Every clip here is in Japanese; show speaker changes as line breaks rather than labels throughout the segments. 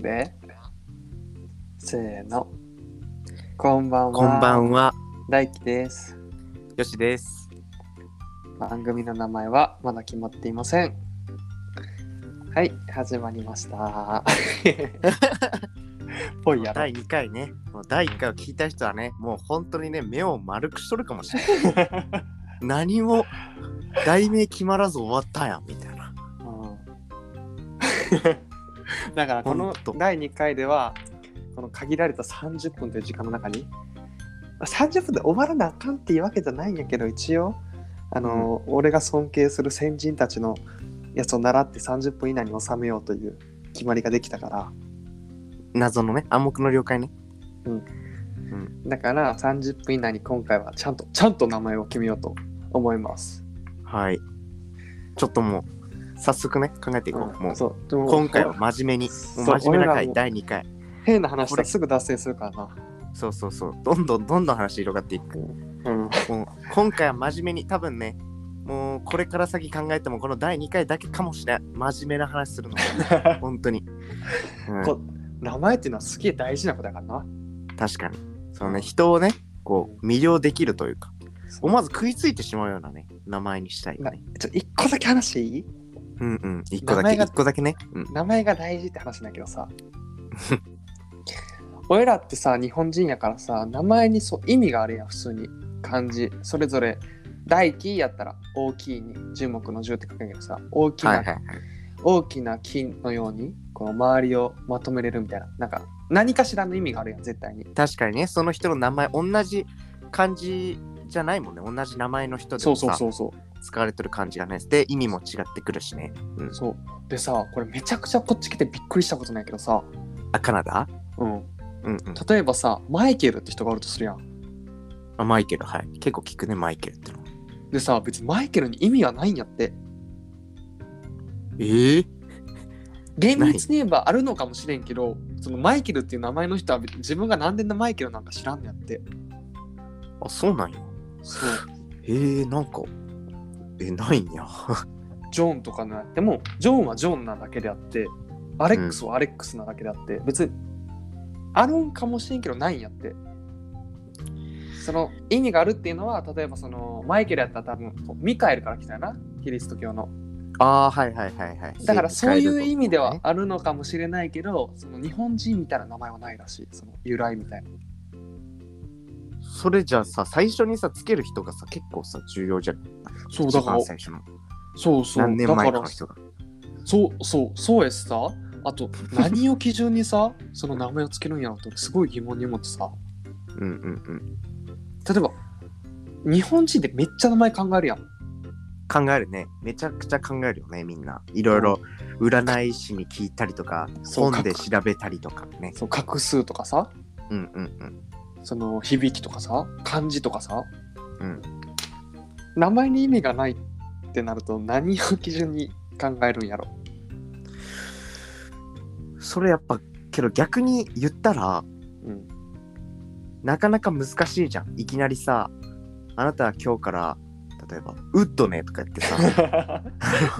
で。せーの。こんばんは。
こんばんは、
大輝です。
よしです。
番組の名前はまだ決まっていません。はい、始まりま した。ぽいやろ。
第2回ね、もう第1回を聞いた人はね、もう本当にね、目を丸くしとるかもしれない。何も題名決まらず終わったやんみたいな。
うん だからこ
ほ
の
んと
第2回ではこの限られた30分という時間の中にまあ30分で終わらなあかんっていうわけじゃないんやけど一応あの、俺が尊敬する先人たちのやつを習って30分以内に収めようという決まりができたから
謎のね、暗黙の了解ね。
だから30分以内に今回はちゃんとちゃんと名前を決めようと思います。
はい。ちょっともう、早速ね、考えていこう。
うん
もう、
そうでも
今回は真面目に、
そ
も
う
う真面目な
俺らも
回、第2回。
変な話し
こ
た
れ
らすぐ脱線するからな。
そうそうそう、どんどんどんどん話広がっていく。
うん
もう、今回は真面目に、多分ね、もうこれから先考えてもこの第2回だけかもしれない真面目な話す るの本当に、うん
こ名前っていうのはすげえ大事なことだからな。
確かにそのね人をねこう魅了できるというか思わず食いついてしまうようなね名前にしたいよ
な
ね
ちょ一個だけ話いい
うんうん一個
名
だけ
前が
一個だけね、うん、
名前が大事って話だけどさ 俺らってさ日本人やからさ名前にそう意味があるやん普通に漢字それぞれ大輝やったら大きいに樹木の樹って書くんやけどさ大きな、
はいはいはい
大きな木のようにこの周りをまとめれるみたいななんか何かしらの意味があるやん絶対に
確かにねその人の名前同じ漢字じゃないもんね同じ名前の人で
そ
も
うそう
さ
そうそう
使われてる漢字がねで意味も違ってくるしね
そうでさこれめちゃくちゃこっち来てびっくりしたことないけどさ、
あカナダ
うん、
うんうん
例えばさマイケルって人がおるとするやん
あマイケルはい結構聞くねマイケルってのは
でさ別にマイケルに意味はないんやって
えー、
厳密に言えばあるのかもしれんけどそのマイケルっていう名前の人は自分が何でマイケルなんか知らんのやって
あそうなんや
そう
えー、なんかえないんやは
ジョーンとかのやってもジョーンはジョーンなだけであってアレックスはアレックスなだけであって、別にあるんかもしれんけどないんやってその意味があるっていうのは例えばそのマイケルやったら多分ミカエルから来たよなキリスト教の
あーはいはいはいはい
だからそういう意味で
ね
はあるのかもしれないけどその日本人みたいな名前はないらしいその由来みたいな
それじゃあさ、最初にさ、つける人がさ、結構さ、重要じゃん。
そう
一
だから
番最初の。
そうそう
何年前
だ
か
か
の
ら
人が。
そうそうそうやしさあと何を基準にさ その名前をつけるんやろうとすごい疑問に思ってさ
うんうんうん。
例えば日本人でめっちゃ名前考えるやん
考えるね。めちゃくちゃ考えるよね、みんな。いろいろ占い師に聞いたりとか、
そう
本で調べたりとかね。
そう画数とかさ
うんうんうん。
その響きとかさ漢字とかさ、
うん
名前に意味がないってなると何を基準に考えるんやろ
それやっぱ、けど逆に言ったら、
うん
なかなか難しいじゃん。いきなりさ、あなたは今日から、例えば、ウッドねとか言ってさ、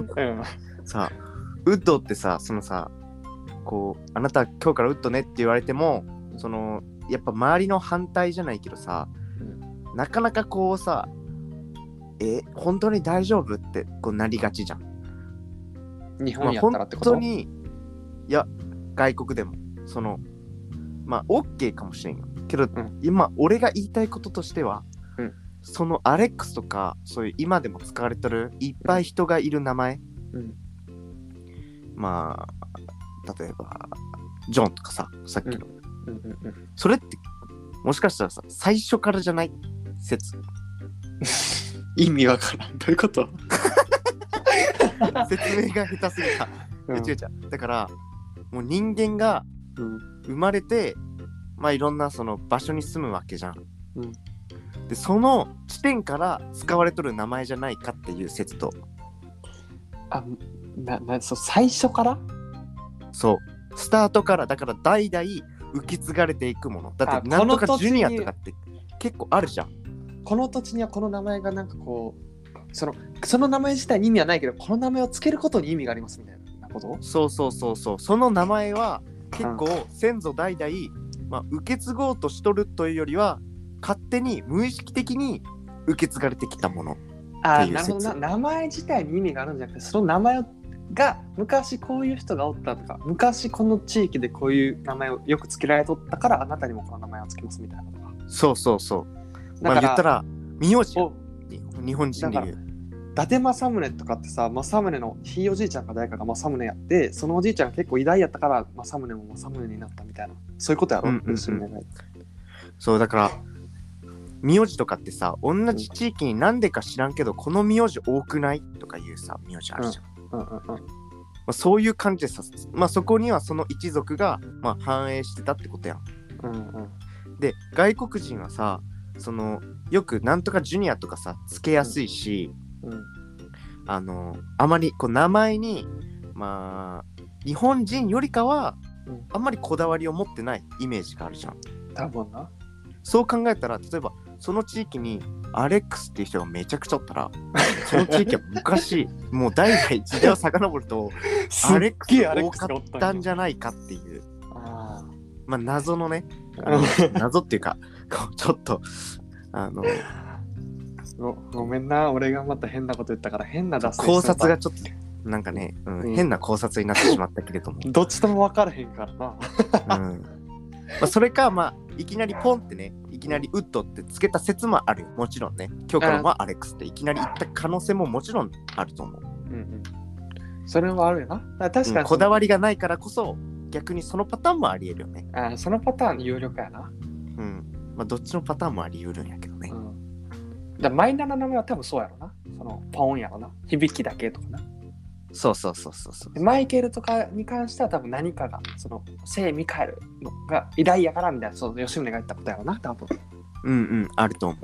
うん
さウッドってさそのさこうあなた今日からウッドねって言われてもそのやっぱ周りの反対じゃないけどさ、なかなかこうさえ本当に大丈夫ってこうなりがちじゃん。
日
ま
本
あ
やっ
本
たらってこと、
当にいや外国でもそのまあ OK かもしれんよけど、
ん
今俺が言いたいこととしては、
うん
そのアレックスとかそういう今でも使われてるいっぱい人がいる名前、
うん
まあ例えばジョンとかささっきの、
うんうんうん
それってもしかしたらさ最初からじゃない 説
意味わからんどういうこと、
説明が下手すぎた、
うん
違う違うだからもう人間が生まれてまあいろんなその場所に住むわけじゃん、
うん
でその地点から使われとる名前じゃないかっていう説と
あななそう最初から
そうスタートからだから代々受け継がれていくものだ
あ
ってなんと
この
か
土地
ジュ
に
ニアとかって結構あるじゃん
この土地にはこの名前がなんかこうそのその名前自体に意味はないけどこの名前をつけることに意味がありますみたいなこと
そうそうそうそうその名前は結構先祖代々、まあ、受け継ごうとしとるというよりは勝手に無意識的に受け継がれてきたもの
あ
っ
あ
ていう
なるほどな
説
名前自体に意味があるんじゃなくてその名前が昔こういう人がおったとか昔この地域でこういう名前をよく付けられとったからあなたにもこの名前を付けますみたいなことか
そうそうそう
だ
ま
か
あ言った
ら、
ら名字
お
日本人で言う
伊達政宗とかってさ政宗のひいおじいちゃんか誰かが政宗やってそのおじいちゃんが結構偉大やったから政宗も政宗になったみたいなそういうことやろ、
うんうんうん
要するにね
そうだから名字とかってさ同じ地域になんでか知らんけどこの名字多くないとかいうさ名字あるじゃん、
うんうんうん
まあ、そういう感じでさ、まあ、そこにはその一族が、まあ、繁栄してたってことやん
うんうん
で外国人はさそのよくなんとかジュニアとかさつけやすいし、
うん
あのあまりこう名前にまあ日本人よりかは
うん
あんまりこだわりを持ってないイメージがあるじゃん
多分な
そう考えたら例えばその地域にアレックスっていう人がめちゃくちゃおったらその地域は 昔もう代々時代を遡るとアレックスが多か
っ
ったんじゃないかっていう
あ
まあ謎のね
あの
謎っていうかこうちょっとあの
ごごめんな俺がまた変なこと言ったから変な脱線
考察が
し
ちょっとなんかね、うん
うん
変な考察になってしまったけれども、
たどっちとも分からへんからな
うんまあ、それかまあいきなりポンってねいきなりウッドってつけた説もあるよもちろんね今日からはアレックスっていきなり言った可能性ももちろんあると思う、
うんうんそれはあるよなだから確か
うん
に
こだ
わ
わりがないからこそ逆にそのパターンもありえるよね、
あーそのパターン有力やな、
うんまあ、どっちのパターンもあり得るんやけどね、
うん、だからマイナーな名前は多分そうやろなそのポンやろな響きだけとかな
そうそうそうそうそう
でマイケルとかに関しては多分何かがその聖ミカエルのが偉大やからみたいなその吉宗が言ったことやろな多分
うんうんあると思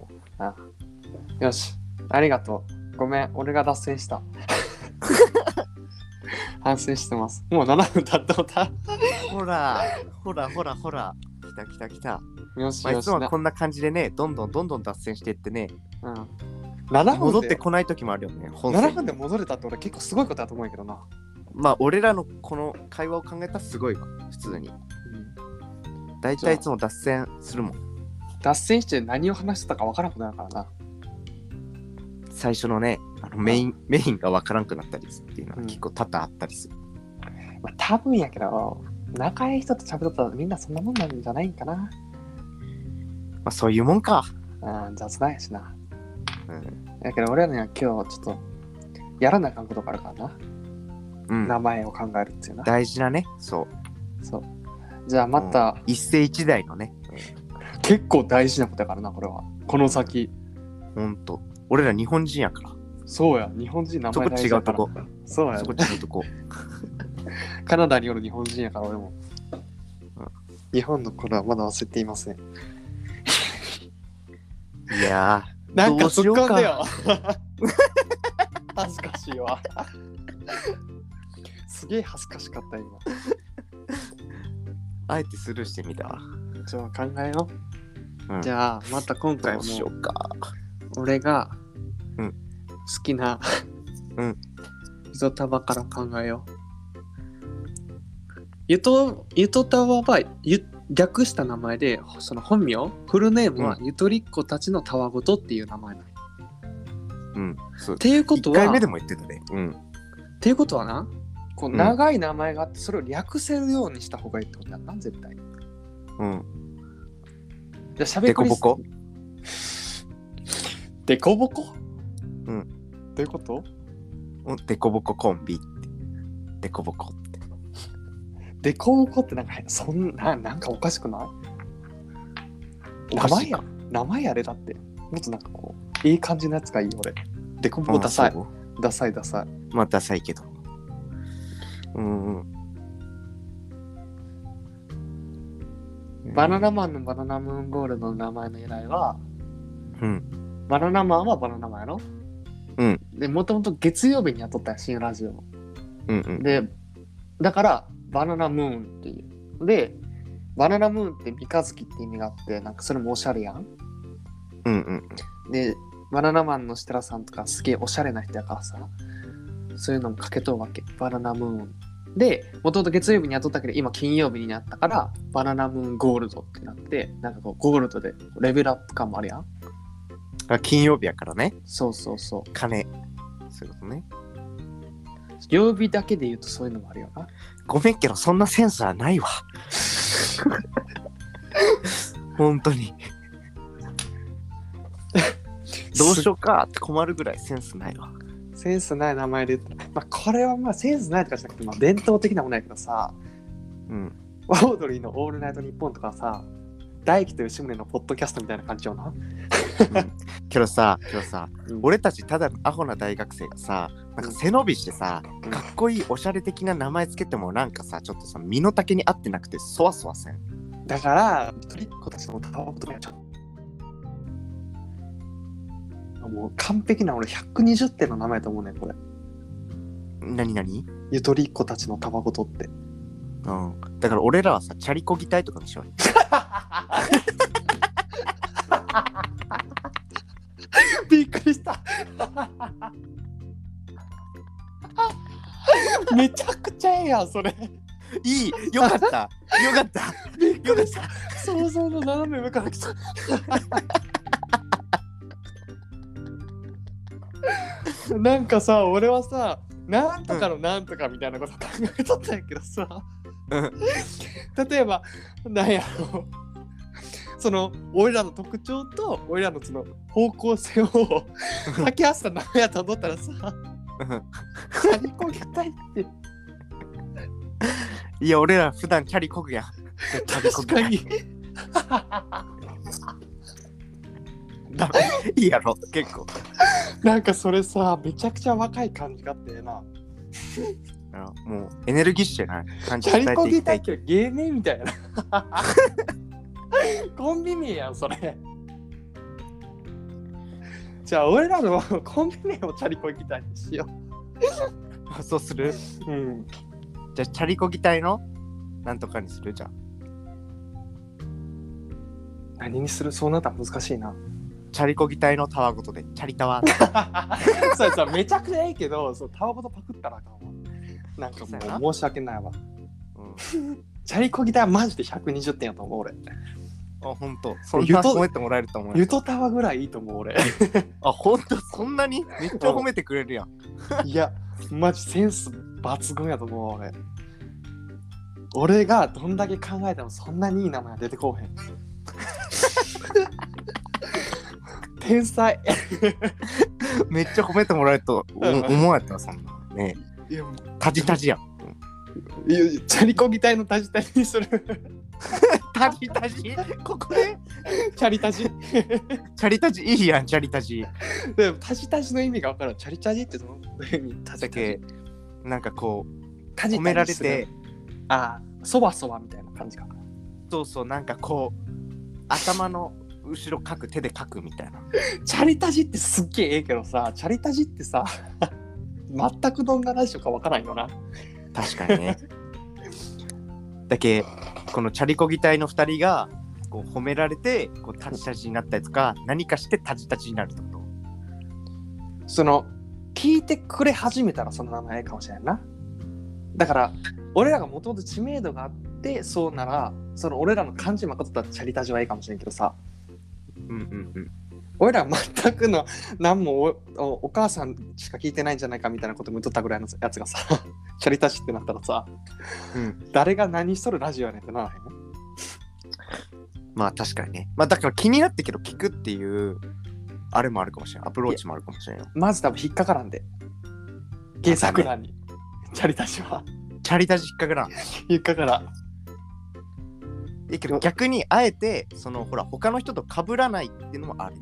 う
よしありがとうごめん俺が脱線した 反省してますもう7分経ったことあ
ほらほらほらほらきたきたきた、
るよし
まあ、い
よし
つもはこんな感じでねどんどんどんどん脱線していってね
うん、7分
戻
戻
ってこない時もあるよね本
7分で戻れたって俺結構すごいことだと思うけどな、
まあ俺らのこの会話を考えたらすごいわ普通に大体いつも脱線するもん
脱線して何を話してたかわからなくなるからな
最初のねあのメインメインがわからんくなったりするっていうのは結構多々あったりする、
まあ、多分やけど仲いい人と喋っとったらみんなそんなもんなんじゃないんかな
まあそういうもんか、
うん雑談やしな
うん
やけど俺らには今日ちょっとやらなあかんことがあるからな、
うん
名前を考えるっていうな
大事なねそう
そうじゃあまた、
一世一代のね、
結構大事なことやからなこれはこの先
うん、ほんと俺ら日本人やから
そうや日本人名
そ
前
こ
大
違
事や
う
か
と
ら
こ
そうや
そこ違うとこ
カナダによる日本人やから俺も、
うん
日本の頃はまだ忘れていません
いや
なんか
どうし
突
よ
っ
うか
込んでよ恥ずかしいわすげえ恥ずかしかった今
ーあえてスルーしてみたわ、
じゃあ考えよう、
うん
じゃあまた今回
ど
も
うしようか
俺が
うん
好きな
うん
糸束から考えようゆとゆとたわはゆ略した名前でその本名フルネームはゆとりっ子たちのたわごとっていう名前なんよっ
うんそう
ていうこと
1
は
回目でも言ってたねうん
っていうことはなこう
うん
長い名前があってそれを略せるようにした方がいいってことやな絶対じゃ
うん
あしゃべ
で
く
こ
り
ぼこ
でこぼこ
うん
どういうこと
でこぼこコンビってでこぼこって
でこぼこってなんか そんななんかおかしくない
お
名
かし
前
い
や
か
名前やれだってもっとなんかこういい感じのやつがいい俺でこぼこダサい
うんそう
ダサいダサい
まあダサいけどうんうん
バナナマンのバナナムーンゴールドの名前の由来は
うん
バナナマンはバナナマンやろ
うん
でもともと月曜日にやっとったやん新ラジオ
うんうん
でだからバナナムーンっていうでバナナムーンって三日月って意味があってなんかそれもおしゃれやん
うんうん
でバナナマンの設楽さんとかすげえおしゃれな人やからさそういうのもかけとうわけバナナムーンで、もともと月曜日に雇ったけど、今金曜日になったから、バナナムーンゴールドってなって、なんかこう、ゴールドでレベルアップ感もあるやん。
あ金曜日やからね。
そうそうそう。
金。そういうことね。
曜日だけで言うとそういうのもあるよな。
ごめんけど、そんなセンスはない わ。本当 に。どうしようかって困るぐらいセンスないわ。
センスない名前で言ったら、まあ、これはまあセンスないとかじゃなくて、まあ、伝統的なもんやけどさ、
うん。
オードリーの「オールナイトニッポン」とかさ、大輝と吉宗のポッドキャストみたいな感じよな。
けどさ、けどさ、
うん
俺たちただのアホな大学生がさ、なんか背伸びしてさ、かっこいいおしゃれ的な名前つけてもなんかさ、ちょっとその身の丈に合ってなくてそわそわせん。
だから、トリッコたちのタワーとかちょもう完璧な俺120点の名前やと思うねんこれ。
なになに
ゆとりっ子たちのタバコ取って。
うん。だから俺らはさ、チャリコギ隊とかにしようよ。
びっくりした。 めちゃくちゃええやん、それ。
いいよか ったよかった
びっくりした。想像の斜め上から来た。なんかさ、俺はさ、なんとかのなんとかみたいなこと考えとったんやけどさ、
うん
例えば、なんやろう。その俺らの特徴と俺らのその方向 性を掛け合わせた名前やと思ったら さ何こげたいって
いや、俺ら普段チャリこぐやん。チャリこ
確
ぐや
か
ん。
に
ダメいいやろ、結構。
なんかそれさめちゃくちゃ若い感じがあってええな
あのもうエネルギッシュな感
チ
じ
ャ
伝
リ
え
こ
てい
ぎ
きた
たい
い。
けど芸人みたいな コンビ名やんそれじゃあ俺らのコンビ名をチャリこぎたいにしよ
あそうする
う、うん、
じゃあ、チャリこぎ隊のなんとかにするじゃん。
何にするそうなったら難しいな
チャリこぎ隊のタワごとで、チャリタワ ー。
そうそうめちゃくちゃええけどそうタバコとパクったらあかんわなんかもう申し訳ないわ
うん
チャリこぎたいはマジで120点やと思う俺
あ、ほんと。そん
ゆ
な
と
褒めてもらえると思う
ゆ
よ。
とたわぐらいいいと思う 俺
あ、ほんと、そんなにめっちゃ褒めてくれるやん。
いやマジセンス抜群やと思う俺俺がどんだけ考えてもそんなにいい名前は出てこうへ ん天才
めっちゃ褒めてもらえるとお
うん
思われたわそんな。ね
いや
タジタジやん。
いやチャリこぎたいのタジタジにする
タジタジここで
チャリタジ
チャリタジいいやん、チャリタジ。
でもタジタジの意味が分からんチャリタジってどの意味タジ
だ
タジ
け、なんかこ
タ
う、
ジ
褒めら
タジ
れ
する
て、
ああそばそばみたいな感じか
そうそう、なんかこう、頭の後ろ書く、手で書くみたい な。
チャリタジってすっげえええけどさ、チャリタジってさ、全くどんなラジオかわからんよな。
確かにね。だけ、このチャリコギ隊の2人が、こう褒められて、こうタジタジになったやつか、何かしてタジタジになるってこと。
その、聞いてくれ始めたらその名前かもしれんな。だから、俺らがもともと知名度があって、そうなら、その俺らの漢字まかとったらチャリタジはいいかもしれんけどさ、
うんうんうん。
俺ら全くの、何もおおお母さんしか聞いてないんじゃないかみたいなことも言っとったぐらいのやつがさ、 チャリタジってなったらさ、
うん
誰が何しとるラジオやねんってならへん
まあ確かにね。まあだから気になってけど聞くっていう、あれもあるかもしれない。アプローチもあるかもしれないよ。
まず多分引っかからんで。原作欄に。チャリタジは。
チャリタジ引っかからん。
引っかから。
えけど逆にあえてそのほら他の人と被らないっていうのもある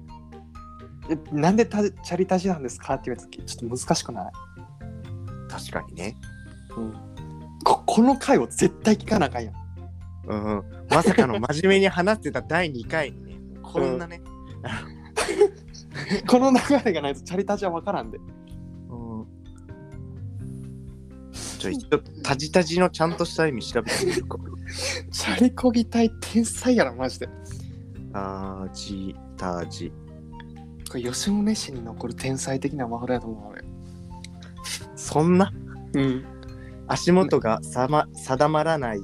えなんでたチャリタジなんですかって言われた時ちょっと難しくない、
確かにね
ここの回を絶対聞かなあかんやん。
うん、うん、まさかの真面目に話してた第2 回にねこんなね、
この流れがないとチャリタジは分からんで。
うんちょ一度タジタジのちゃんとした意味調べてみるか
チャリこぎ隊天才やな、マジで。
タジタジ
これ、吉宗氏に残る天才的なマフラーやと思う、
そんな
俺。うん。
足元がさま定まらない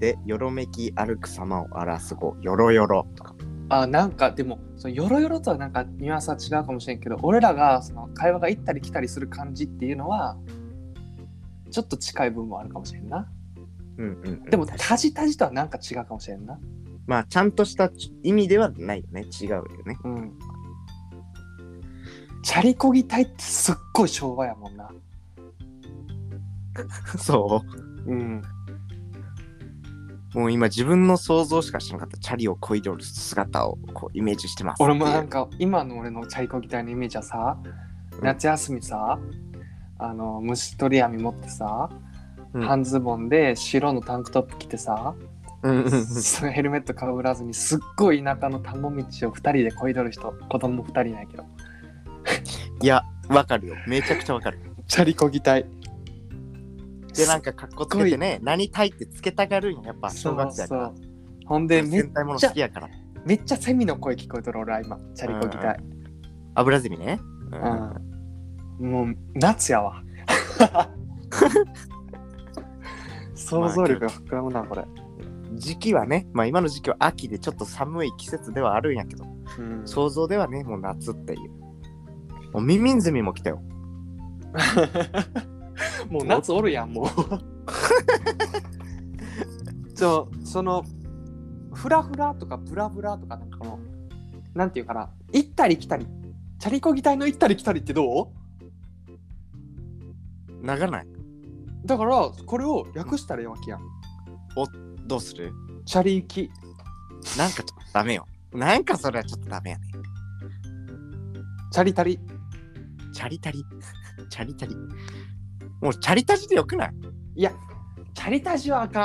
でよろめき歩く様を表す語よろよろとか
あなんかでもそのヨロヨロとはなんかニュアンスは違うかもしれんけど俺らがその会話が行ったり来たりする感じっていうのはちょっと近い部分もあるかもしれんな
うんうんうん、
でも
確か
タジタジとはなんか違うかもしれんな
にまあちゃんとした意味ではないよね違うよね
うんチャリこぎ隊ってすっごい昭和やもんな
そ
うん
うもう今自分の想像しかしなかったチャリをこいでおる姿をこうイメージしてます
俺もな
っ
んか今の俺のチャリこぎ隊のイメージはさ
うん
夏休みさあの虫取り網持ってさ、
うん
半ズボンで白のタンクトップ着てさ、
ていううんうんうん
そのヘルメットかぶらずにすっごい田舎の田んぼ道を2人でこいどる人子供2人なんやけど
いやわかるよめちゃくちゃわかる
チャリこぎ隊
でなんかかっこつけてね何たいってつけたがるんよやっぱ
そ
小
う
学生やか
そ
ら
うほんで
で
めっ
戦隊もの好きやから
めっちゃセミの声聞こえとる俺は今チャリこぎ隊
油ゼミねう
うんもう夏やわ 想像力が膨らむなこれ、
時期はね、まあ、今の時期は秋でちょっと寒い季節ではあるんやけど、
うん
想像ではねもう夏っていうもうミミンゼミも来たよ
もう夏おるやんもうそうそのフラフラとかブラブラとかなんかこのなんていうかな行ったり来たりチャリコギ隊の行ったり来たりってどう
ならない
だからこれを略したらいいわけやん
どうする
チャリ行き
なんかちょっとダメよなんかそれはちょっとダメやね
チャリタリ
チャリタリチャリタリもうチャリタジでよくない
いやチャリタジはあかん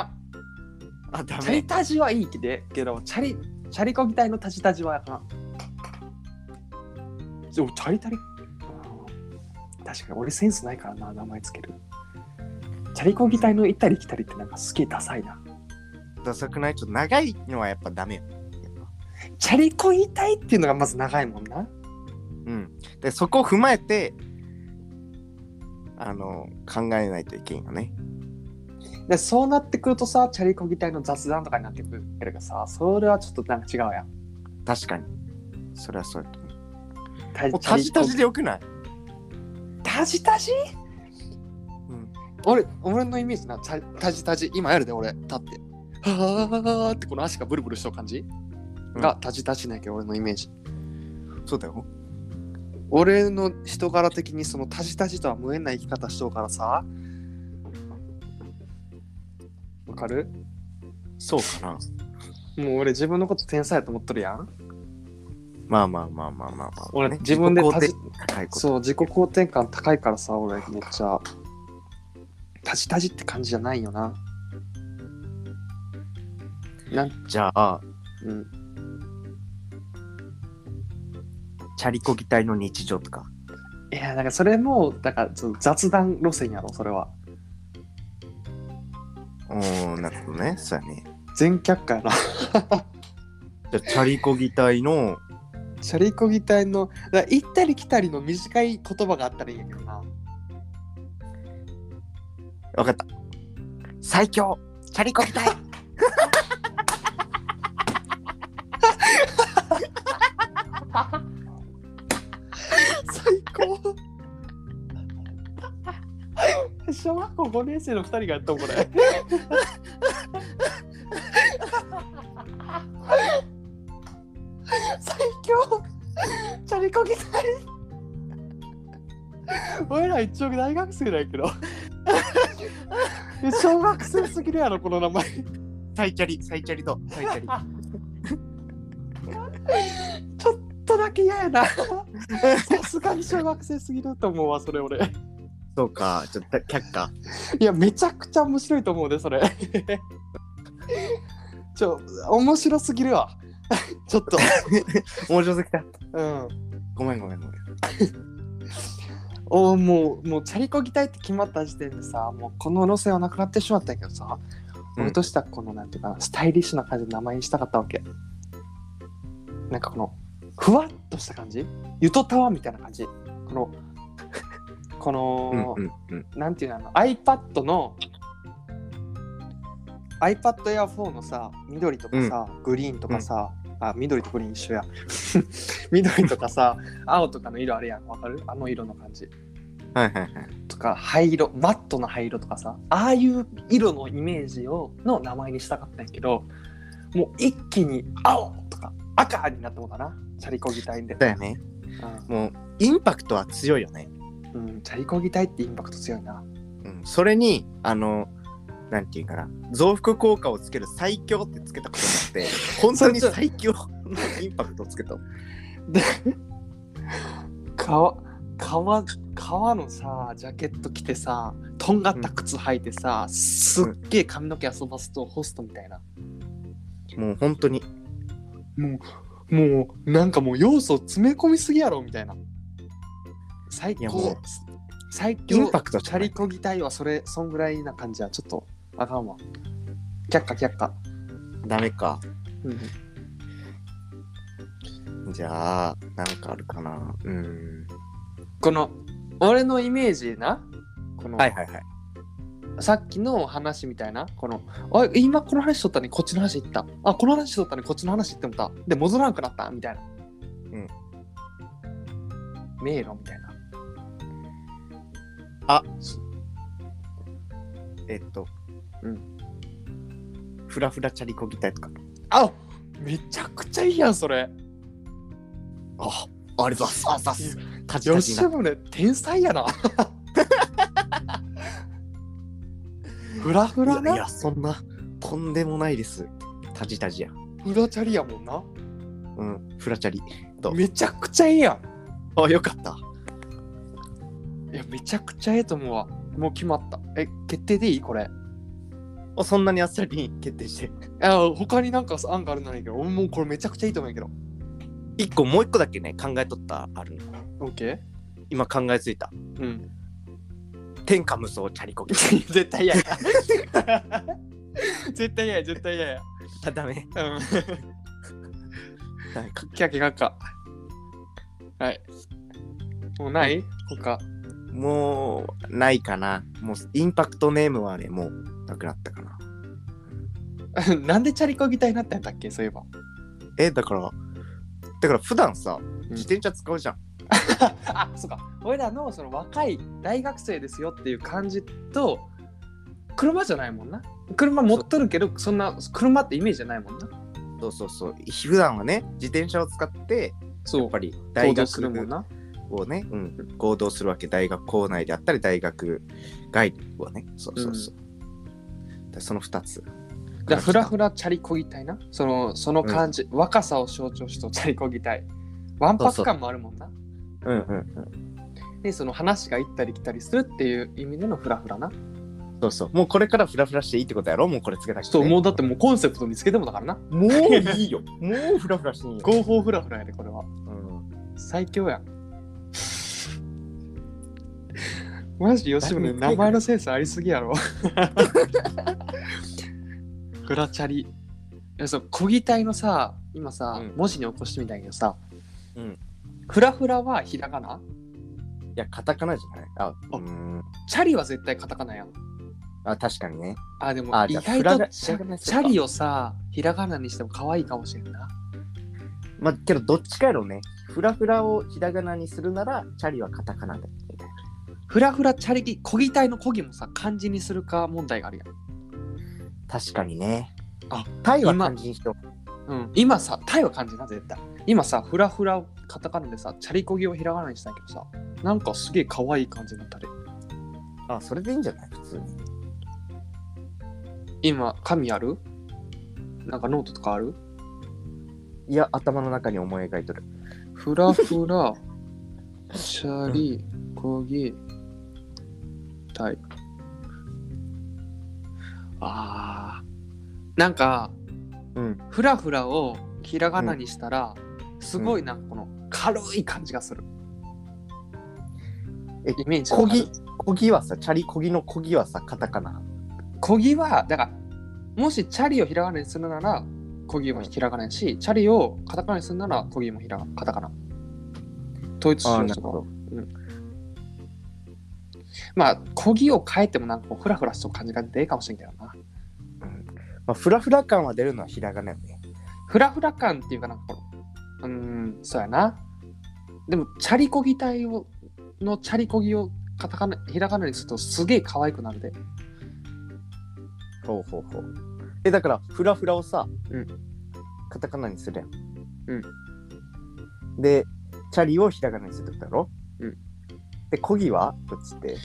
あダ
チャリタジはいいけどけどチャリチャリコギ隊のタジタジはあかんでもチャリタリあー確かに俺センスないからな名前つけるチャリコギ隊の行ったり来たりってなんかすげえダサいな
ダサくないちょっと長いのはやっぱダメよ
チャリコギ隊っていうのがまず長いもんな
うんでそこを踏まえてあの考えないといけんよね
でそうなってくるとさチャリコギ隊の雑談とかになってくるけどさそれはちょっとなんか違うやん
確かにそれはそうやと思う
タ
もうタジタジでよくない、
タジタジ
うん、
俺俺のイメージなタタジタジ今やるで俺立ってはあってこの足がブルブルしとる感じ、
うん
がタジタジなんやけど俺のイメージ
そうだよ
俺の人柄的にそのタジタジとは無縁な生き方しとるからさわかる
そうかな
もう俺自分のこと天才やと思っとるやん
まあまあまあまあまあまあ、
俺自分で
自己肯
立ち
定高いこと
そう自己肯定感高いからさ俺めっちゃタジタジって感じじゃないよななん
じゃあ
うん
チャリコギ隊の日常とか
いや、なんかそれも、だからちょっと雑談路線やろ、それは。
うーんなるほどねそうやね
全却下や な。
じゃあチャリコギ隊の
チャリコギ隊の、だから行ったり来たりの短い言葉があったらいいんやけどな。
わかった最強チャリコギ隊
最高 小学校5年生の2人がやったもん、これ。最強チャリコギ隊俺ら一応大学生だけど。 小学生すぎるやろ、この名前。
サイチャリサイチャリとサイチャリ
ちょっとだけ嫌や な。さすがに小学生すぎると思うわ、それ俺。
そうかちょっと却下
いや、めちゃくちゃ面白いと思うで、 それ。ちょ、面白すぎるわ。ちょっと。
面白すぎた
うん。
ごめんごめんごめん
おもう、もう、チャリこぎたいって決まった時点でさ、もう、この路線はなくなってしまったんやけどさ、
うん
俺としては、この、なんていうかな、スタイリッシュな感じの名前にしたかったわけ。なんかこの、ふわっとした感じゆとたわみたいな感じ。この、 この、
うんうん
なんていうのあの iPad の iPad Air 4のさ緑とかさ、グリーンとかさ、あ緑とグリーン一緒や 緑とかさ青とかの色あれやんわかるあの色の感じ
はいはいはい。
とか灰色マットな灰色とかさああいう色のイメージをの名前にしたかったんやけどもう一気に青とか赤になったのかなチャリコギ隊で、
だよね。もう、インパクトは強いよね。
うんうん、チャリコギ隊ってインパクト強いな
うん。それに、あの、なんていうかな、増幅効果をつける最強ってつけたことになって、 本当に最強のインパクトをつけた。
革革革のさジャケット着てさとんがった靴履いてさ、すっげえ髪の毛遊ばすとホストみたいな、
もう本当に。
もうもうなんかもう要素詰め込みすぎやろみたいな最
いやも
強
う
最強
インパクトじ
チ
ゃ
ャ
ない
リこぎ隊はそれそんぐらいな感じはちょっとあかんわ却下却下、
ダメか。
うん、
じゃあ、なんかあるかな。うん。
この俺のイメージなこの、
はいはいはい。
さっきの話みたいな、この、あ、今この話しとったね、こっちの話行った。あ、この話しとったね、こっちの話行ってもた。で、戻らなくなった、みたいな。
うん。
迷路みたいな。
あ
そ
えっと、。
うん
フラフラチャリこぎたいとか。
あめちゃくちゃいいやん、それ。
あ、あれだ、あざす。カチカチに
吉
なっ
宗、天才やな。フラフラ
いやい
な
や、。そんな、とんでもないです。タジタジや。
フラチャリやもんな。
うん、フラチャリ。と
めちゃくちゃいいやん。
あ、よかった。
いや、めちゃくちゃええと思うわ。もう決まった。え、決定でいいこれ。
あそんなにあっさり決定して。
あ他になんか案があるならいいけど、俺もうこれめちゃくちゃいいと思うんやけど。
一個、もう一個だけね、考えとった、あるの。
OK?
今考えついた。
うん。
天下無双チャリこぎ。
絶対嫌や。 絶対嫌や、絶対嫌や。
あ、 ダメ。
うん。
ダメか。
キャキャカカ。はい。もうない他。
もう、ないかな。もう、インパクトネームはね、もう、なくなったかな。
なんでチャリコギ隊になったんだっけそういえば。
え、だから、だから普段さ、自転車使うじゃん。
あ、そうか。俺らのその若い大学生ですよっていう感じと、車じゃないもんな。車持っとるけど、そんな車ってイメージじゃないもんな。
そうそうそう。普段はね、自転車を使って、
そ
や
う
っぱ。り
行
大
動するもん
学
な。
をね、うん、合同するわけ。大学校内であったり、大学外をね。そうそうそう。だからその2つ。
じゃあフラフラチャリこぎたいなそのその感じ、若さを象徴しとチャリこぎたいわんぱく感もあるもんな
うんうん
でその話が行ったり来たりするっていう意味でのフラフラな、
うん。そうそう。もうこれからフラフラしていいってことやろもうこれつけた人、
そう
ね。
もうだってもうコンセプト見つけてもだからな
もういい よ。もうフラフラしていいよ。
合法フラフラやでこれは
うん
最強やんマジ吉宗名前のセンスありすぎ やろフラチャリいやそう小ぎたいのさ今さ、
うん
文字に起こしてみたいけどさ、
うん
フラフラはひらがない
や、カタカナじゃないあ、
あ
うん。
チャリは絶対カタカナやん。
あ、確かにね。
あ、でも
あ
意
じゃあ
外
フラ
と
が
チ
フラが
ャ
ね
チャリをさ、ひらがなにしても可愛いかもしれんな。
まあ、けどどっちかやろうね。フラフラをひらがなにするなら、チャリはカタカナで。みたいな
フラフラチャリギ、こぎたいのこぎもさ、漢字にするか問題があるやん。
確かにね。
あ、
タイは
今
漢字にしよ
うん、今さ、タイは漢字な、絶対。今さ、フラフラをカタカナでさ、チャリこぎをひらがなにしたんやけどさ、なんかすげえ可愛い感じになったで。
う。あ、それでいいんじゃない普通に。
今、紙あるなんかノートとかある
いや、頭の中に思い描いとる。
フラフ ラ、チャリ、こぎ、たい。あーなんか、
うん。
フラフラをひらがなにしたら、すごいなんかこの軽い感じがする。
え
イメージ
こ
わ
ぎ
かる、
こぎはさ、チャリこぎのこぎはさ、カタカナ。
こぎは、だから、もしチャリをひらがなにするなら、こぎもひらがなやし、チャリをカタカナにするなら、こぎもひらカタカナ。統一しようとか。
うん
まあ、こぎを変えてもなんかこうフラフラしとく感じが出るかもしれんけどな。
まあ、フラフラ感は出るのはひらがなよね。
フラフラ感っていうかなんかこの、うーん、そうやな。でも、チャリこぎ隊を、のチャリこぎをカタカナ、ひらがなにするとすげえ可愛くなるで。
ほうほうほう。え、だから、フラフラをさ、
うん
カタカナにするやん。で、チャリをひらがなにするってことだろ
うん。
で、こぎはどっちって。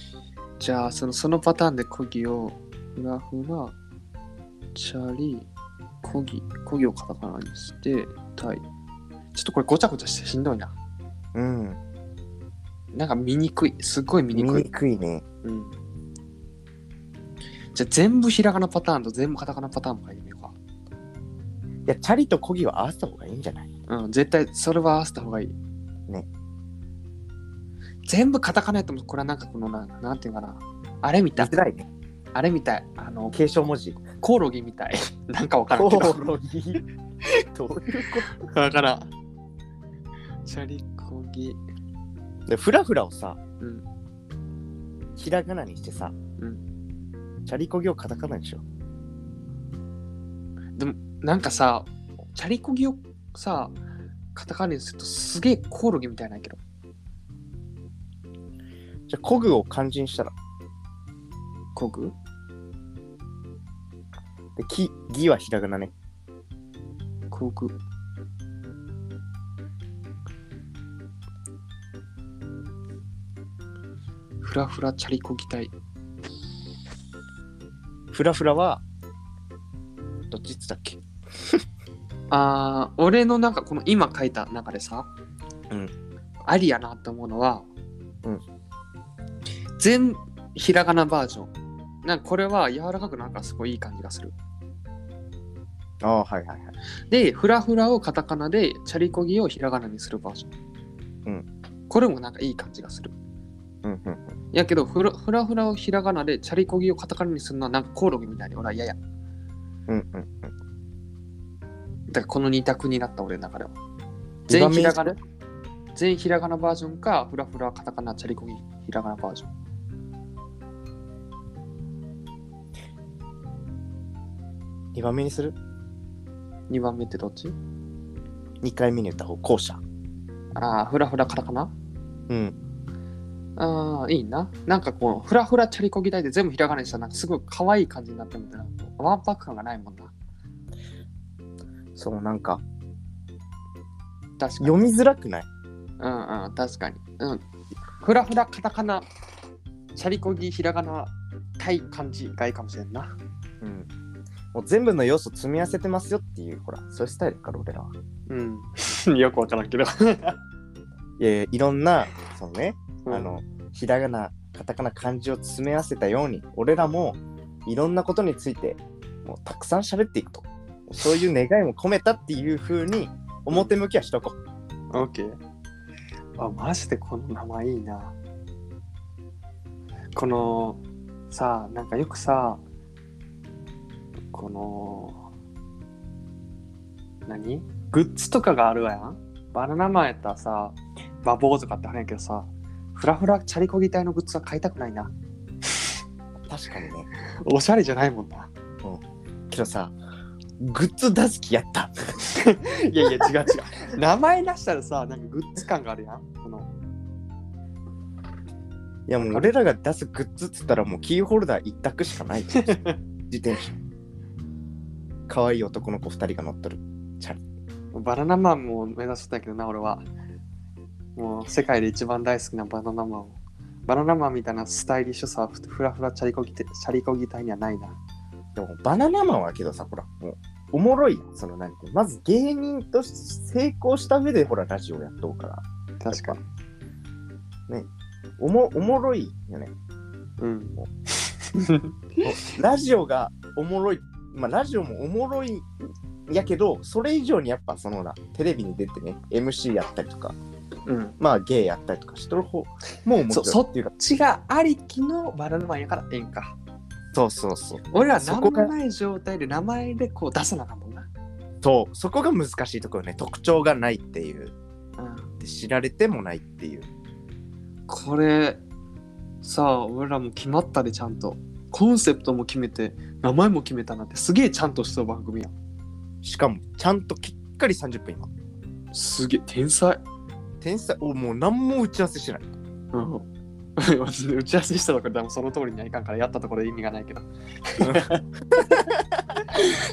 じゃあ、その、そのパターンでこぎを、ふらふら、チャリ、こぎ、こぎをカタカナにして、タイ。ちょっとこれごちゃごちゃしてしんどいな。
うん。
なんか見にくい。すっごい見
見
にくい
に。くいね。
うん。じゃあ全部ひらがなパターンと全部カタカナパターンも書いてみよう
いや、チャリとこぎは合わせた方がいいんじゃない
か。うん、絶対それは合わせた方がいい。
ね。
全部カタカナやともこれはなんかこのな、なんていうかな。あれみた
出
い
づ。らいね。
あれみたい。あの、
継承文字。
コオロギみたい。 なんかわからんけど。
ロギ。どういうこ
わからん。チャリコギ。
と で、フラフラをさ、
うん
ひらがなにしてさ、
う
チャリこぎをカタカナにしよう。
なんかさ、チャリコギをさ、カタカナにするとすげえコオロギみたいなんやけど。
じゃあ、こぐを漢字にしたら。
コグ
で、き、ぎはひらがなね。
航空フラフラチャリコギ隊
フラフラは、どっちっつったっけ
あー俺のなんかこの今書いた中でさ、
うん、
ありやなと思うのは、
うん、
全ひらがなバージョンなんかこれは柔らかくなんかすごいいい感じがする
ああ、はいはいはい。
でフラフラをカタカナでチャリコギをひらがなにするバージョン、
う
これもなんかいい感じがする
うんうん。
やけどフラ、フラフラをひらがなで、チャリコギをカタカナにするのはなんかコオロギみたいで、俺は嫌や。だか
うんうん。
らこの二択になった俺の中では。
二
全
番目
ひらがな、全ひらがなバージョンか、フラフラカタカナ、チャリコギひらがなバージョン。
2番目にする
二番目ってどっち
?2 回目に言った方、後者。
ああ、フラフラカタカナ
うん。
ああ、いいな。なんかこう、フラフラチャリコギ台で全部ひらがなにしたら、なんかすごい可愛い感じになってるみたいな。ワンパック感がないもんな。
そう、なんか、
確かに。
読みづらくない
うんうん、確かに。うん。フラフラカタカナ、チャリコギひらがな、対感じがいいかもしれんな。
うん。もう全部の要素積み合わせてますよっていう、ほら、そういうスタイルだから、俺らは。
うん。 よくわからんけど。
いやいやいろんな、そのね、
あ
あ
の、
の、ひらがな、カタカナ、漢字を詰め合わせたように、俺らもいろんなことについて、もうたくさん喋っていくと。そういう願いも込めたっていうふうに、表向きはしとこう。
オッケー。あ、マジでこの名前いいな。この、さあ、なんかよくさ、この、何グッズとかがあるわやん。バナナマンやったらさ、バボーとかってはるんやけどさ、フラフラチャリコギ隊のグッズは買いたくないな。
確かにね。
おしゃれじゃないもんな。
けどさ、グッズ出す気やった。
いやいや、違う違う。名前出したらさ、なんかグッズ感があるやん。この
いやもう俺らが出すグッズっつったらもうキーホルダー一択しか ない。自転車。可愛い男の子二人が乗っとる。
バナナマンも目指してたけどな、俺は。もう世界で一番大好きなバナナマンを。バナナマンみたいなスタイリッシュさはフラフラチャリコギてチャリコギ隊にはないな。
でもバナナマンはけどさ、ほら、もうおもろいやんその何まず芸人として成功した上でほらラジオやっとうから。
確かに。
おもおもろいよね。
うん。
ラジオがおもろい。まあラジオもおもろいやけど、それ以上にやっぱそのほら、テレビに出てね、MC やったりとか、
うん。こ
まあ芸やったりとかしとる方も面白い。
そそ
っていうか、
っちがありきのバナナマンやからええんか。
そうそうそう。
俺ら
そ
何
こ
も
が
ない状態で名前でこう出さなあかんもんな。
そうそこが難しいところね特徴がないっていう
うん。
で知られてもないっていう
これ、さあ俺らも決まったでちゃんとコンセプトも決めて名前も決めたなんてすげえちゃんとした番組やん
しかも、ちゃんときっかり30分今。
すげえ天才
天才、おもう何も打ち合わせしてない。
うん 私打ち合わせしたところでもその通りにはいかんからやったところで意味がないけど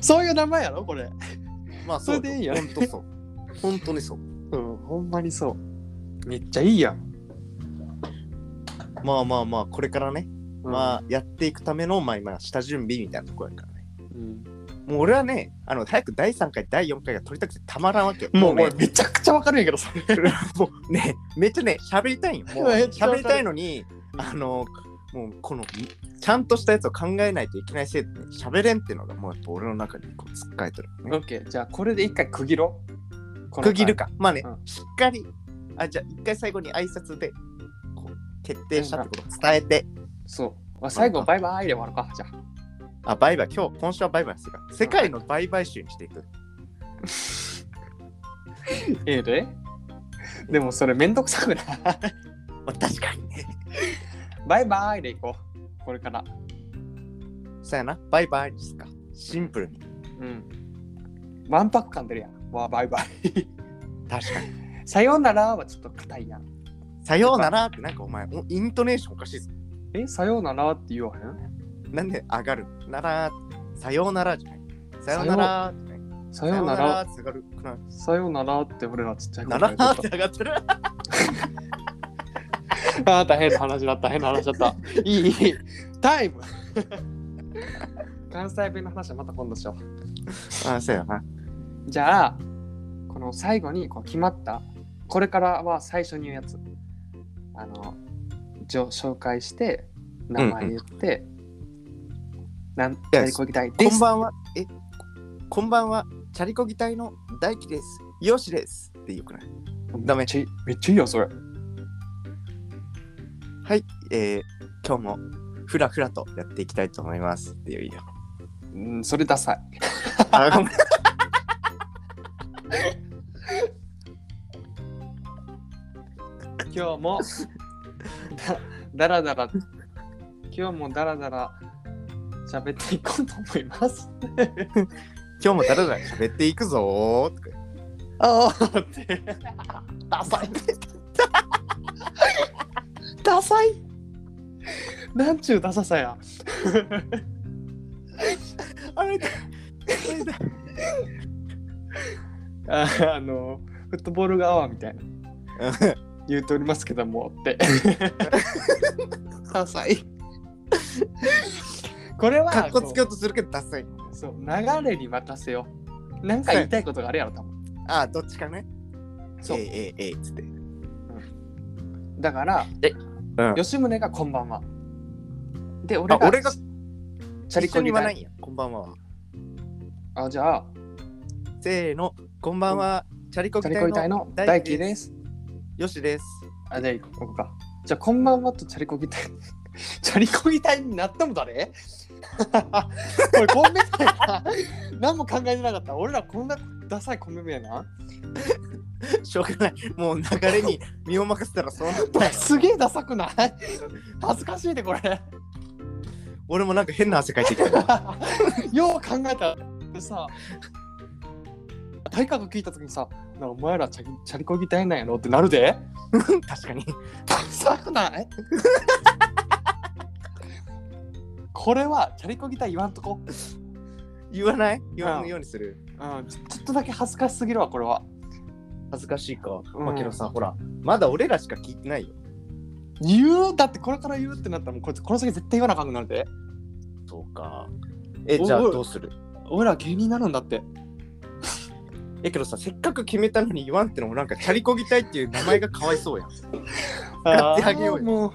そういう名前やろこれ
まあ、
それでいいよ
ほんとそう。ほんとにそう。
うんほんまにそうめっちゃいいやん、
まあまあまあ、これからね、まあ、やっていくための、まあ今、下準備みたいなところやからね。
うん、
もう俺はね、あの、早く第3回、第4回が取りたくてたまらんわけよ。
もう
ね
俺、めちゃくちゃわかるんやけどそれ
もうね、めっちゃね、喋りたいんよ。もう
めっちゃわかる
喋りたいのに、あの、もうこの、ちゃんとしたやつを考えないといけないせいで、ね、喋れんっていうのが、もうやっぱ俺の中にこう、つっかえてる、
オ
ね。
ッケーじゃあこれで一回区切ろうこの
区
回
切るか。まあね、
うん
しっかり、あ、じゃあ一回最後に挨拶で、こう、決定したってことを伝えて、
そう、まあ、最後バイバイで終わるかじゃあ
あ、バイバイ、今日、今週はバイバイするから、世界のバイバイ集にしていく。
ええででもそれめんどくさくない
まあ、確かにね。
バイバイでいこうこれから
そうやな、バイバイですか。シンプルに。
うんわんぱく感出るやんわあバイバイ
確かに。
さようならはちょっと硬いやん
さようならって、なんかお前、おイントネーションおかしいぞ。
えさようならって言わへん
なんで上がるなら、さようならじゃない。さようならじゃない。
さようなら
さようならって上がる
さようならって俺らちっちゃい
な
頃
ら
から言
ー
っ
ってて上がってる。
たあー大変な話だった変な話だ ったいいいいタイム関西弁の話はまた今度しよう
あ、そうやな。
じゃあこの最後にこう決まったこれからは最初に言うやつあのじょ紹介して名前言って、なんチャリコギ隊で
こ
す
んばんは。え、ここんばんは。チャリコギ隊の大輝です。よしです。ってよくないダメ
めっちゃいいめっちゃいいよそれ
はい。えー、今日もふらふらとやっていきたいと思います。って いうよ。
うんそれダサい
あ、ごめん。
今日も だだらだら今日もだらだら喋っていこうと思います
今日もだらだら喋っていくぞーとか
ああってダサいダサいなんちゅうダサさや
あれだ。あれだ。
ああのフットボールが泡みたいな
うん
言うておりますけどもってダサいこれは
かっこつけようとするけどダサい。
そうそう流れに任せようなんか言いたいことがあるやろ多分
あ、どっちかね。
そう
えいえいえいっつって。
だから
うん
吉宗がこんばんはで俺が
あ俺が
チャリコ
に
に
は
はな
な
いい
んや。こんばんは。
あじゃあ
せーの、こんばんは。チャリコ
チャリコ
ギ
リ
隊
隊
の
の
大
大
輝
輝
で。
ですす。
よしです。
あ、じゃあ、ここか。じゃあ、こんばんはとチャリコギ隊。 チャリコギ隊になったも 誰これ、コンビ名な。何も考えてなかった。俺らこんなダサいコンビ名な。
しょうがない。もう流れに身を任せたらそうなった よ。
すげえダサくない 恥ずかしいで、これ。
俺もなんか変な汗かい てきた。
よう考えたらでさ大家が聞いた時にさ「なお前らチャリチャリコギ隊なんやろ?」ってなるで
確かに。
ダサくない これはチャリコギ隊言わんとこ、うん、ち
言わない言わんようにする。
ょちょっとだけ恥ずかしすぎるわこれは
恥ずかしいか。
うん
まあけどさ、ほら、まだ俺らしか聞いてないよ。
言うだってこれから言うってなったらもうこいつこの先絶対言わなあかんくなるで
そうか。え、
おい
じゃあどうする
俺ら芸人になるんだって
え、けどさ、せっかく決めたのに言わんってのもなんかチャリコギ隊っていう名前がかわいそうやん。買ってあげよう
ー
よ
もう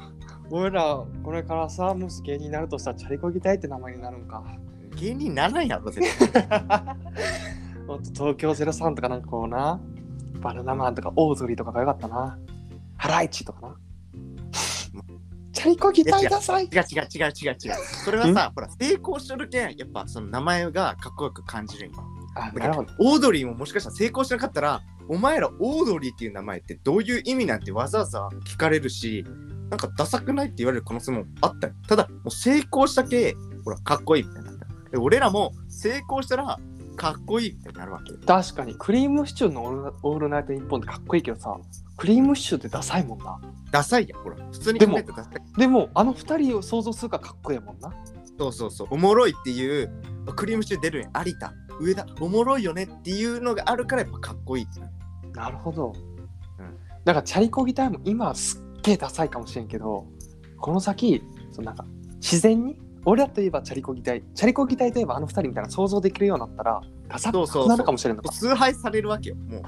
俺らこれからさもし芸人になるとしたらチャリコギ隊って名前になるんか
芸人ならんやろ、絶対。
もっと東京03とかなんかこうな、バナナマンとかオーズリーとかがよかったな。ハライチとかな。チャリコギ隊ダサい
違う違う違う違う違う。それはさ、ほら、成功しとるけん、やっぱその名前がかっこよく感じるんよ
あ、な
だか
る
ら
ほど。
オードリーももしかしたら成功しなかったら、お前らオードリーっていう名前ってどういう意味なんてわざわざ聞かれるし、なんかダサくないって言われる可能性もあったよ。ただ、もう成功したけ、ほら、かっこいいみたいになった。で俺らも成功したら、かっこいいみたいになるわけ。
確かにクリームシチューのオールナオールナイトニッポンってかっこいいけどさクリームシチューってダサいもんな
ダサいやん、ほら。普通に
で
考
も
えたらダサい。
でもあの二人を想像するからかっこいいもんな
そうそうそう。おもろいっていう、クリームシチュー出るやん。有田、上田、おもろいよねっていうのがあるから、やっぱかっこいいってなる。
なるほど、
うん
だからチャリコギタイム今はすっげえダサいかもしれんけどこの先そのなんか自然に俺らといえばチャリコギ隊チャリコギ隊といえばあの二人みたいな想像できるようになったらダサく
そうそうそう
なるかもしれんのか
崇拝されるわけよ、も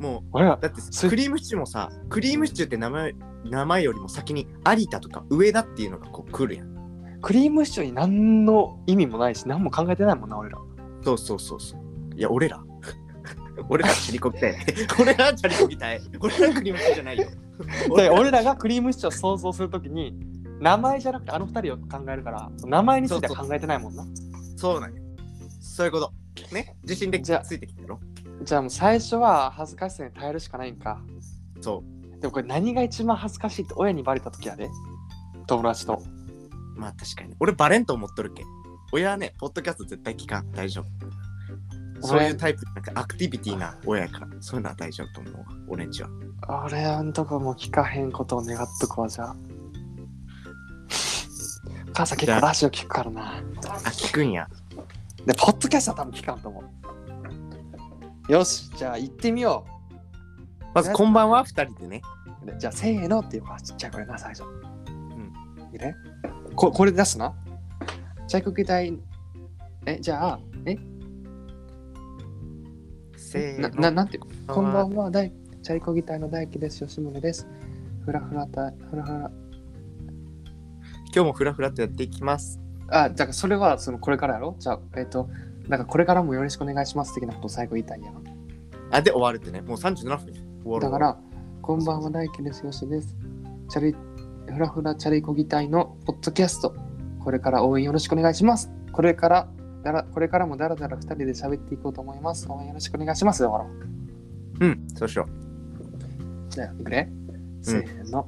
う。もう、
俺ら
だって
それ
クリームシチューもさ、クリームシチューって名前名前よりも先に有田とか上田っていうのがこう来るやん。
クリームシチューに何の意味もないし何も考えてないもんな俺ら
そうそうそうそう。いや、俺ら。 俺らチャリコみたい。 俺らチャリコみたい。俺らクリームシチューじゃない よ。
だから 俺らがクリームシチューを想像するときに名前じゃなくてあの二人を考えるから名前については考えてないもんな
そうなんよ。そういうこと。ね自信で
じゃあ
ついてきたやろ
じゃあもう最初は恥ずかしさに耐えるしかないんか
そ
でもこれ何が一番恥ずかしいって親にバレた時やで友達と
う。まあ確かに。俺バレんと思っとるけん。親はね、ポッドキャスト絶対聞かん。大丈夫。そういうタイプ、なんかアクティビティな親やから、そういうのは大丈夫と思うわ。俺んちは。
俺あんとこも聞かへんことを願っとくわじゃあ母さん結構ラジオ聞くからな
あ、聞くんや。
でポッドキャストは多分聞かんと思うよしじゃあ行ってみよ
まず、こんばんは、二人でね。
うでじゃあせーのっていうかちっちゃいこれな最初
ん
いいねここれ出すなじゃあ国体えじゃあえ
せ
な
ーの。
ななんていうのこんば
は。
んは、大チャリコギ隊の大輝です。吉宗です。ふらふらた、ふらふら。
今日もフラフラとやっていきます。
あ、だからそれはそのこれからやろじゃあ、えっ、と、なんかこれからもよろしくお願いします的なことを最後言いたいんやな。
あ、で、終わるってね。もう37分や終わる
だから、こんばんは、大輝です。吉です。チャリ、ふらふらチャリコギ隊のポッドキャスト。これから応援よろしくお願いします。これから、だらこれからもだらだら2人で喋っていこうと思います。応援よろしくお願いします。だから。
うん、そうしよう。
じゃあ、いくれ。せーの。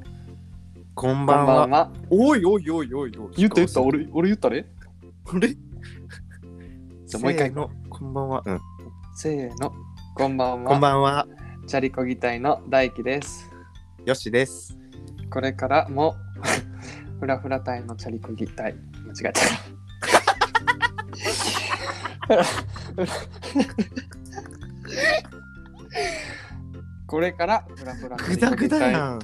こん
こん
ばんは。
は。
おいおいおいおいおい。
俺、俺言ったね。
俺。
じゃあもう一回
せーの。こんばんは。うん。
せーの、こんばんは。
こんばんは。
チャリコギ隊の大輝です。
よしです。
これからも、 フラフラ隊のチャリコギ隊。間違えた。 これからフラフラチ
ぐ
ャ
だ
リコ
ぐ
ギ
だ
隊
やん。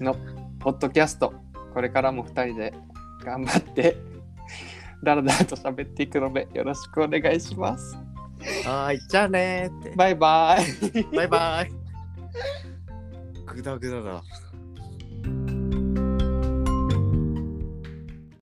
のポッドキャスト。これからも二人で頑張って、だらだらと喋っていくのでよろしくお願いします。
はーい、じゃあねーって。
バイバイ。
バイバイ。ぐだぐだだ。